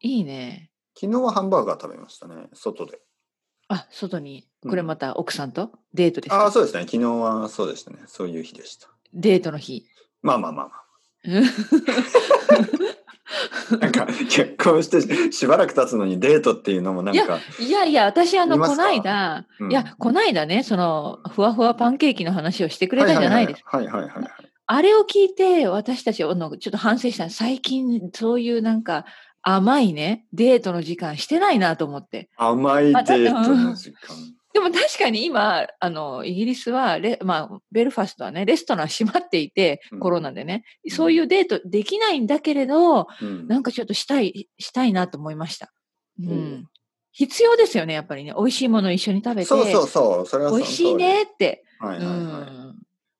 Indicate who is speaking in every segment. Speaker 1: いいね。
Speaker 2: 昨日はハンバーガー食べましたね、外で。
Speaker 1: あ、外に、
Speaker 2: うん
Speaker 1: これまた奥さんとデートですか
Speaker 2: ああ、そうですね、昨日はそうでしたね、そういう日でした。
Speaker 1: デートの日。
Speaker 2: まあまあまあま
Speaker 1: うん
Speaker 2: あ。なんか、結婚してしばらく経つのにデートっていうのもなんか、
Speaker 1: いやいや、私、あの、
Speaker 2: います
Speaker 1: こ
Speaker 2: か
Speaker 1: ないだ、
Speaker 2: うん
Speaker 1: いや、こないだね、その、ふわふわパンケーキの話をしてくれたじゃないですか。
Speaker 2: はいはいはいはいはいはい。
Speaker 1: あれを聞いて、私たち、あの、ちょっと反省した。最近、そういうなんか、甘いね、デートの時間してないなと思って。
Speaker 2: 甘いデートの時間。
Speaker 1: でも確かに今、あの、イギリスはレ、まあ、ベルファストはね、レストラン閉まっていて
Speaker 2: うん、
Speaker 1: コロナでね、
Speaker 2: うん
Speaker 1: そういうデートできないんだけれど、
Speaker 2: うん
Speaker 1: なんかちょっとしたい、したいなと思いました。うん。
Speaker 2: うん
Speaker 1: 必要ですよね、やっぱりね。美味しいものを一緒に食べて、
Speaker 2: そうそうそう、それはその
Speaker 1: 美味しいねって。
Speaker 2: 通り。はいは
Speaker 1: う
Speaker 2: いはい。
Speaker 1: ん。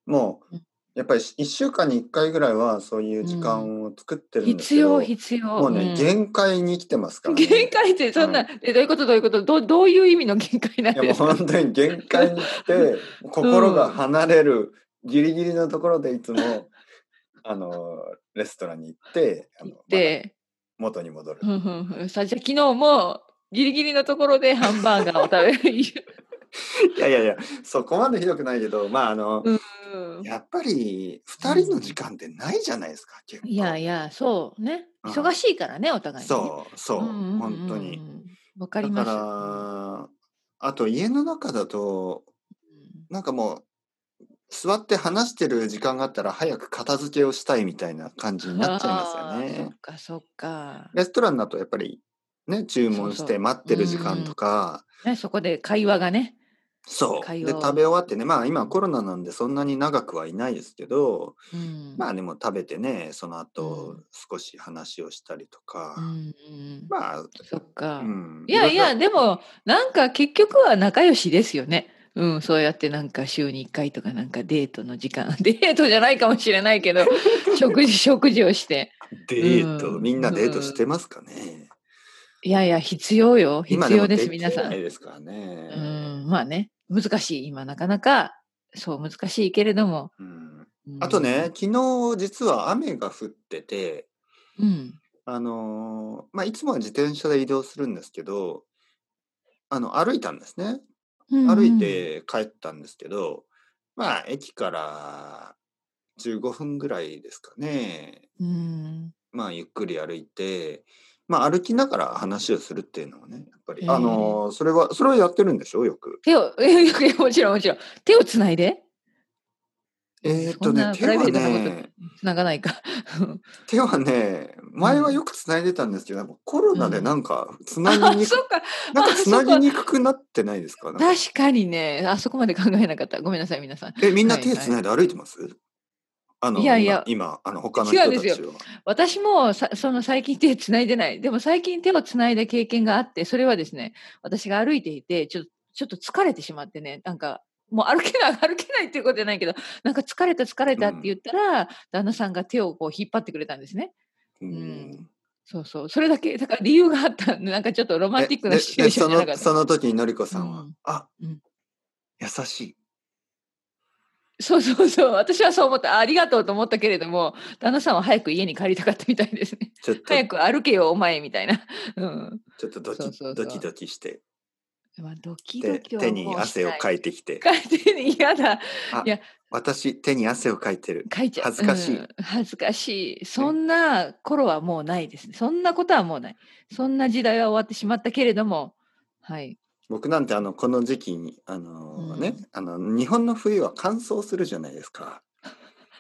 Speaker 2: も
Speaker 1: う
Speaker 2: うんやっぱり1週間に1回ぐらいはそういう時間を作ってるんで
Speaker 1: 必
Speaker 2: すけど、
Speaker 1: 要、必要。
Speaker 2: もうね、
Speaker 1: ん
Speaker 2: 限界に来てますから、ね、
Speaker 1: 限界ってそんな、
Speaker 2: は
Speaker 1: えどういうことどういうことどうどういう意味の限界なん
Speaker 2: いやも
Speaker 1: で
Speaker 2: う
Speaker 1: すか
Speaker 2: 本当に限界に来て心が離れるギリギリのところでいつもあのレストランに行ってあの
Speaker 1: 行って、
Speaker 2: また元に戻る、
Speaker 1: ふんふんふんさあじゃあ昨日もギリギリのところでハンバーガーを食べる。
Speaker 2: いやいやいやそこまでひどくないけどまああの、
Speaker 1: うん
Speaker 2: やっぱり2人の時間ってないじゃないですか結構
Speaker 1: いやいやそうね
Speaker 2: うん
Speaker 1: 忙しいからねお互いにね、
Speaker 2: そうそう,、
Speaker 1: んんんん
Speaker 2: 本当に。
Speaker 1: わかります
Speaker 2: だからあと家の中だと
Speaker 1: うん
Speaker 2: なんかもう座って話してる時間があったら早く片付けをしたいみたいな感じになっちゃいますよ
Speaker 1: あーそ
Speaker 2: ね
Speaker 1: っ。かそっか、
Speaker 2: レストランだとやっぱりね注文
Speaker 1: そう
Speaker 2: し
Speaker 1: そ
Speaker 2: て
Speaker 1: う
Speaker 2: 待ってる時間とか
Speaker 1: ね、そこで会話がね
Speaker 2: そう
Speaker 1: 会
Speaker 2: で
Speaker 1: 話を
Speaker 2: 食べ終わってねまあ今コロナなんでそんなに長くはいないですけど、
Speaker 1: うん
Speaker 2: まあでも食べてねその後
Speaker 1: うん
Speaker 2: 少し話をしたりとか、
Speaker 1: うんうん
Speaker 2: まあ、
Speaker 1: そっか、
Speaker 2: うん、
Speaker 1: いやいや、
Speaker 2: ろ
Speaker 1: でも、なんか結局は仲良しですよね。うん、そうやってなんか週に1回とかなんかデートの時間、 デートじゃないかもしれないけ ど、食事、食事をして。
Speaker 2: いろデート、
Speaker 1: うん
Speaker 2: みんなデートしてますかね、
Speaker 1: いやいや、必要よ。必
Speaker 2: 今
Speaker 1: 要で
Speaker 2: も
Speaker 1: す、
Speaker 2: き
Speaker 1: 皆さ
Speaker 2: ない
Speaker 1: ん。
Speaker 2: ですからね、
Speaker 1: うん、まあね、難しい。今なかなか、そう、難しいけれども。
Speaker 2: うん
Speaker 1: うん
Speaker 2: あとね、、昨日実は雨が降ってて、
Speaker 1: うん。
Speaker 2: あのーまあ、いつもは自転車で移動するんですけど、あの歩いたんですね。
Speaker 1: うん
Speaker 2: 歩い、て帰ったんですけど、まあ、駅から15分ぐらいですかね。
Speaker 1: うん。
Speaker 2: まあ、ゆっくり歩いて、まあ、歩きながら話をするっていうのはね、やっぱり、
Speaker 1: へー
Speaker 2: あのーそれは、それはやってるんでしょ、よく。
Speaker 1: 手を、 いやいやもちろんもちろん。手をつないで
Speaker 2: えーっ
Speaker 1: そ
Speaker 2: と
Speaker 1: ん
Speaker 2: ね
Speaker 1: な、プ
Speaker 2: 手
Speaker 1: ライベ
Speaker 2: は
Speaker 1: ートなこ
Speaker 2: ね、
Speaker 1: と、つながないか。
Speaker 2: 手はね、前はよく繋いでたんですけど、やっぱコロナでなんか繋ぎ にくく
Speaker 1: そっか、
Speaker 2: なんか
Speaker 1: あ
Speaker 2: つなぎにくくなってないですかなんか
Speaker 1: 確かにね、あそこまで考えなかった。ごめんなさい、皆さん。
Speaker 2: え、みんな
Speaker 1: はいはい
Speaker 2: 手つないで歩いてます、あの、
Speaker 1: いやいや
Speaker 2: 今、今あの、他の
Speaker 1: 違
Speaker 2: 人
Speaker 1: うん
Speaker 2: た
Speaker 1: ですよ
Speaker 2: ちは。
Speaker 1: 私もさその最近手つないでない。でも最近手をつないだ経験があって、それはですね、私が歩いていて、ちょっとちょっと疲れてしまってね、なんか、もう歩けない、 歩けないっていうことじゃないけど、なんか疲れた疲れたって言ったら、旦那さんが手をこう引っ張ってくれたんですね。
Speaker 2: うん
Speaker 1: そうそう。それだけ、だから理由があったんで、なんかちょっとロマンティックな
Speaker 2: え
Speaker 1: シチュエーションじゃな
Speaker 2: え
Speaker 1: かっ
Speaker 2: その、そ
Speaker 1: た。
Speaker 2: の時にのりこさんは、
Speaker 1: うん
Speaker 2: あ、
Speaker 1: うん
Speaker 2: 優しい。
Speaker 1: そうそうそう。私はそう思った。あありがとうと思ったけれども、旦那さんは早く家に帰りたかったみたいです ね。
Speaker 2: ちょっと、
Speaker 1: 早く歩けよお前みたいな。うん。
Speaker 2: ちょっとドキ
Speaker 1: そうそうそう
Speaker 2: ドキドキして、
Speaker 1: まあ、ドキド
Speaker 2: 手
Speaker 1: キは
Speaker 2: 手に汗を
Speaker 1: い
Speaker 2: かいてきて、
Speaker 1: かいてね嫌だ。
Speaker 2: 私、手に汗をかいてる。
Speaker 1: かいちゃう。
Speaker 2: 恥ずかしい
Speaker 1: うん恥ずかしい。そんな頃はもうないですね。そんなことはもうない。そんな時代は終わってしまったけれども、はい。
Speaker 2: 僕なんて、あの、この時期に、あのね、
Speaker 1: う
Speaker 2: あの、日本の冬は乾燥するじゃないですか。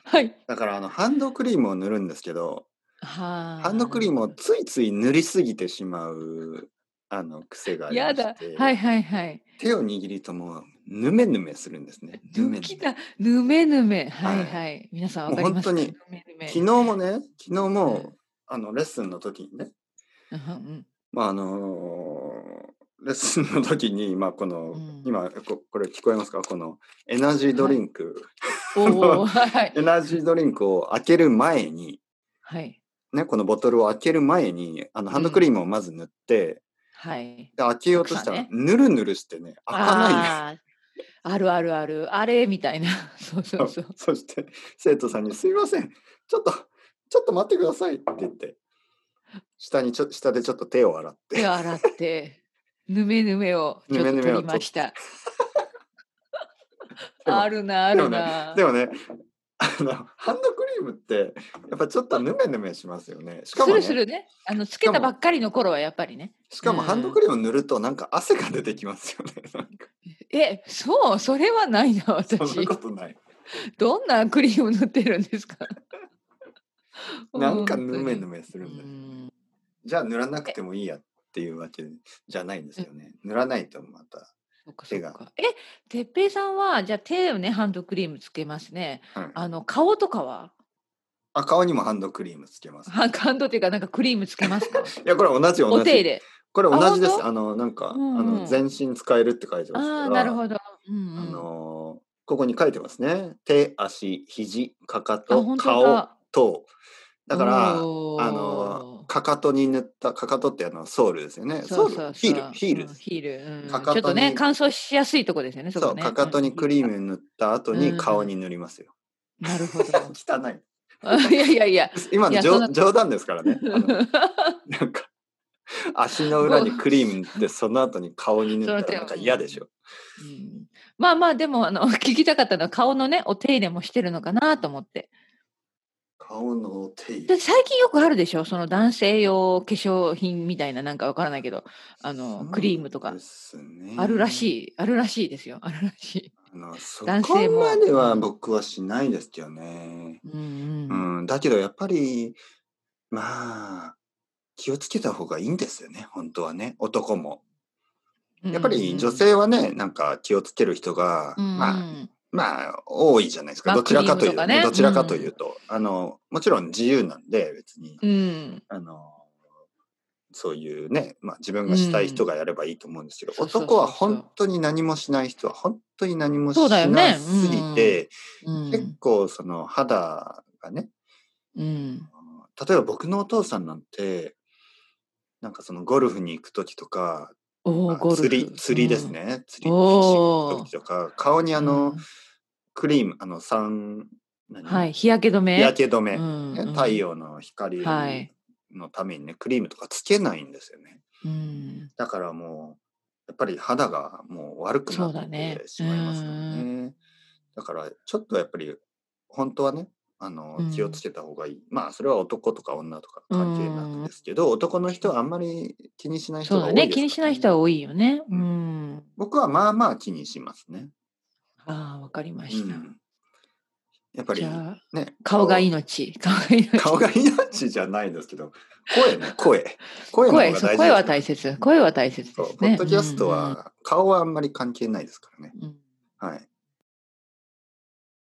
Speaker 1: はい。
Speaker 2: だから、あの、ハンドクリームを塗るんですけど、
Speaker 1: は
Speaker 2: ハンドクリー
Speaker 1: ム
Speaker 2: ムをついつい塗りすぎてしまうあの癖がありま
Speaker 1: や
Speaker 2: し
Speaker 1: だ
Speaker 2: て、。
Speaker 1: はいはいはい。
Speaker 2: 手を握りともうぬめぬめするんですね。ぬ
Speaker 1: 抜
Speaker 2: めぬめ
Speaker 1: きだ。ぬめぬめ。はい
Speaker 2: は
Speaker 1: はいい。皆さんわかりますか
Speaker 2: もう本
Speaker 1: ぬめぬめ
Speaker 2: 昨日もね昨日
Speaker 1: う
Speaker 2: も、
Speaker 1: ん
Speaker 2: あのレッスンの時にね、
Speaker 1: うんうん
Speaker 2: まああのーレッスンの時に、まあ、この、
Speaker 1: うん
Speaker 2: 今ここれ聞こえますかこのエナジードリンク、
Speaker 1: おお、はいはい。
Speaker 2: エナジードリンクを開ける前に、
Speaker 1: はい。
Speaker 2: ね、このボトルを開ける前にあのハンドクリームをまず塗って、
Speaker 1: はい。
Speaker 2: で開けようとした
Speaker 1: 草
Speaker 2: ら
Speaker 1: ね
Speaker 2: ぬるぬるしてね開かないんです
Speaker 1: あーあるあるある。あれみたいな。 そうそうそう。
Speaker 2: そして生徒さんに「すいませんちょっとちょっと待ってください」って言って下にちょ下でちょっと手を洗って
Speaker 1: 手を洗って、ぬめぬめをちょっと
Speaker 2: ぬめぬめ
Speaker 1: 取
Speaker 2: を
Speaker 1: りました。
Speaker 2: でも
Speaker 1: あるな、あ
Speaker 2: でも
Speaker 1: る
Speaker 2: ね
Speaker 1: な。
Speaker 2: でもねあのハンドクリームってやっぱちょっとヌメヌメしますよねしか
Speaker 1: す
Speaker 2: もね
Speaker 1: るするね。あの、つけたばっかりの頃はやっぱりね。
Speaker 2: しかもハンドクリーム塗るとなんか汗が出てきます よねなんか
Speaker 1: え、そう、それはないな、
Speaker 2: そん
Speaker 1: 私
Speaker 2: な。ことない
Speaker 1: どんなクリーム塗ってるんですか
Speaker 2: なんかヌメヌ
Speaker 1: メ
Speaker 2: メす
Speaker 1: す
Speaker 2: るんだよじゃあ塗らなくてもいいやっていうわけじゃないんですよね塗らないとまた
Speaker 1: そっかそ
Speaker 2: 手
Speaker 1: っ
Speaker 2: が
Speaker 1: か。え、てっぺいさんは、じゃあ手をね、ハンドクリームつけますね。
Speaker 2: はい
Speaker 1: あの、顔とかは
Speaker 2: あ顔にもハンドクリームつけます
Speaker 1: ハ ンハンドというか、なんかクリームつけ ますか
Speaker 2: いやこれ同じ
Speaker 1: お
Speaker 2: 同
Speaker 1: 手入
Speaker 2: じ
Speaker 1: れ。
Speaker 2: これ同じで
Speaker 1: あ本
Speaker 2: す
Speaker 1: 当
Speaker 2: あのなんか、
Speaker 1: うんうん
Speaker 2: あの全身使えるって書いてますから
Speaker 1: ああ、なるほど。うんうん、
Speaker 2: あのーここに書いてますね手足肘かか
Speaker 1: あ
Speaker 2: と
Speaker 1: 本当
Speaker 2: 顔
Speaker 1: だ
Speaker 2: 頭だからあ
Speaker 1: おー
Speaker 2: のーかかとに塗ったかかとってあのソールですよね
Speaker 1: そうそうそう
Speaker 2: ソールヒールヒール
Speaker 1: う
Speaker 2: で
Speaker 1: ん
Speaker 2: す、
Speaker 1: ヒール、うん
Speaker 2: かかとに
Speaker 1: ちょっとね乾燥しやすいとこですよねそ
Speaker 2: そ
Speaker 1: こ
Speaker 2: う
Speaker 1: ね
Speaker 2: かかとにクリーム塗った後
Speaker 1: う
Speaker 2: に
Speaker 1: ん
Speaker 2: 顔に塗りますよ、
Speaker 1: うんなるほ
Speaker 2: 汚い
Speaker 1: どいやいやい や
Speaker 2: 今
Speaker 1: い
Speaker 2: の
Speaker 1: や
Speaker 2: じ
Speaker 1: そ
Speaker 2: ょ
Speaker 1: んな
Speaker 2: 冗談ですからねあのなんか足の裏にクリーム塗ってその後に顔に塗っ
Speaker 1: そ
Speaker 2: た
Speaker 1: の手
Speaker 2: ら
Speaker 1: を
Speaker 2: なんか嫌でしょ
Speaker 1: うんまあまあでもあの 聞きたかったのは顔のねお手入れもしてるのかなと思って
Speaker 2: 顔の手入
Speaker 1: で
Speaker 2: れ
Speaker 1: 最近よくあるでしょその男性用化粧品みたいななんかわからないけどあのクリームと
Speaker 2: そ
Speaker 1: か
Speaker 2: うですね
Speaker 1: あるらしいあるらしいですよあるらし
Speaker 2: あのそ
Speaker 1: 男
Speaker 2: こ
Speaker 1: 性も
Speaker 2: までは僕はしないですけどね。
Speaker 1: い、うんう、
Speaker 2: うんん、だけどやっぱりまあ気をつけた方がいいんですよね本当はね男も。やっぱり女性はねなんか気をつける人が、
Speaker 1: うんうん、
Speaker 2: まあ、まあ多いじゃないですか
Speaker 1: まあ
Speaker 2: どちらかとい
Speaker 1: クリー
Speaker 2: うと,、
Speaker 1: ムとかね
Speaker 2: どちらかというと、あのもちろん自由なんで別に、
Speaker 1: うん
Speaker 2: あのそういうね、まあ、自分がしたい人がやればいいと思うんですけ
Speaker 1: う
Speaker 2: ど、
Speaker 1: んそうそうそうそ
Speaker 2: 男
Speaker 1: う
Speaker 2: は本当に何もしない人は本当に何もし
Speaker 1: そうだよ
Speaker 2: な
Speaker 1: ね
Speaker 2: すぎて、
Speaker 1: うん
Speaker 2: 結構その肌がね
Speaker 1: うん
Speaker 2: 例えば僕のお父さんなんてなんかそのゴルフに行く時とか
Speaker 1: お
Speaker 2: ま
Speaker 1: お
Speaker 2: あ
Speaker 1: ゴルフ
Speaker 2: 釣り釣りですね、釣り
Speaker 1: おー
Speaker 2: 行く時とか顔に
Speaker 1: うん
Speaker 2: あの、
Speaker 1: うん
Speaker 2: クリームあのサン何
Speaker 1: はい日焼け止め
Speaker 2: 日焼け止め、
Speaker 1: うん
Speaker 2: ね
Speaker 1: うん
Speaker 2: 太陽の光
Speaker 1: はい
Speaker 2: のためにねクリームとかつけないんですよね。
Speaker 1: うん
Speaker 2: だからもうやっぱり肌がもう悪くな
Speaker 1: そうだね
Speaker 2: ってしまいますよね。だからちょっとやっぱり本当はねあの
Speaker 1: うん
Speaker 2: 気をつけた方がいい、まあそれは男とか女とか関係なくですけど、男の人はあんまり気にしない
Speaker 1: そ
Speaker 2: 人
Speaker 1: う
Speaker 2: が多
Speaker 1: だ
Speaker 2: いです
Speaker 1: ね気にしない人は多いよねうん
Speaker 2: 僕はまあまあ気にしますね。
Speaker 1: ああわかりま
Speaker 2: う
Speaker 1: した、
Speaker 2: ん、やっぱり
Speaker 1: じゃあ
Speaker 2: ね
Speaker 1: 顔が命顔が命
Speaker 2: 顔が命じゃないですけど声ね声声の方が
Speaker 1: 声
Speaker 2: 大事
Speaker 1: そう
Speaker 2: です
Speaker 1: 声は大切声は大切
Speaker 2: そ
Speaker 1: で
Speaker 2: う
Speaker 1: す
Speaker 2: ポッ
Speaker 1: ね
Speaker 2: ドキャストは顔はあんまり関係ないですからね。
Speaker 1: うんうん
Speaker 2: はい。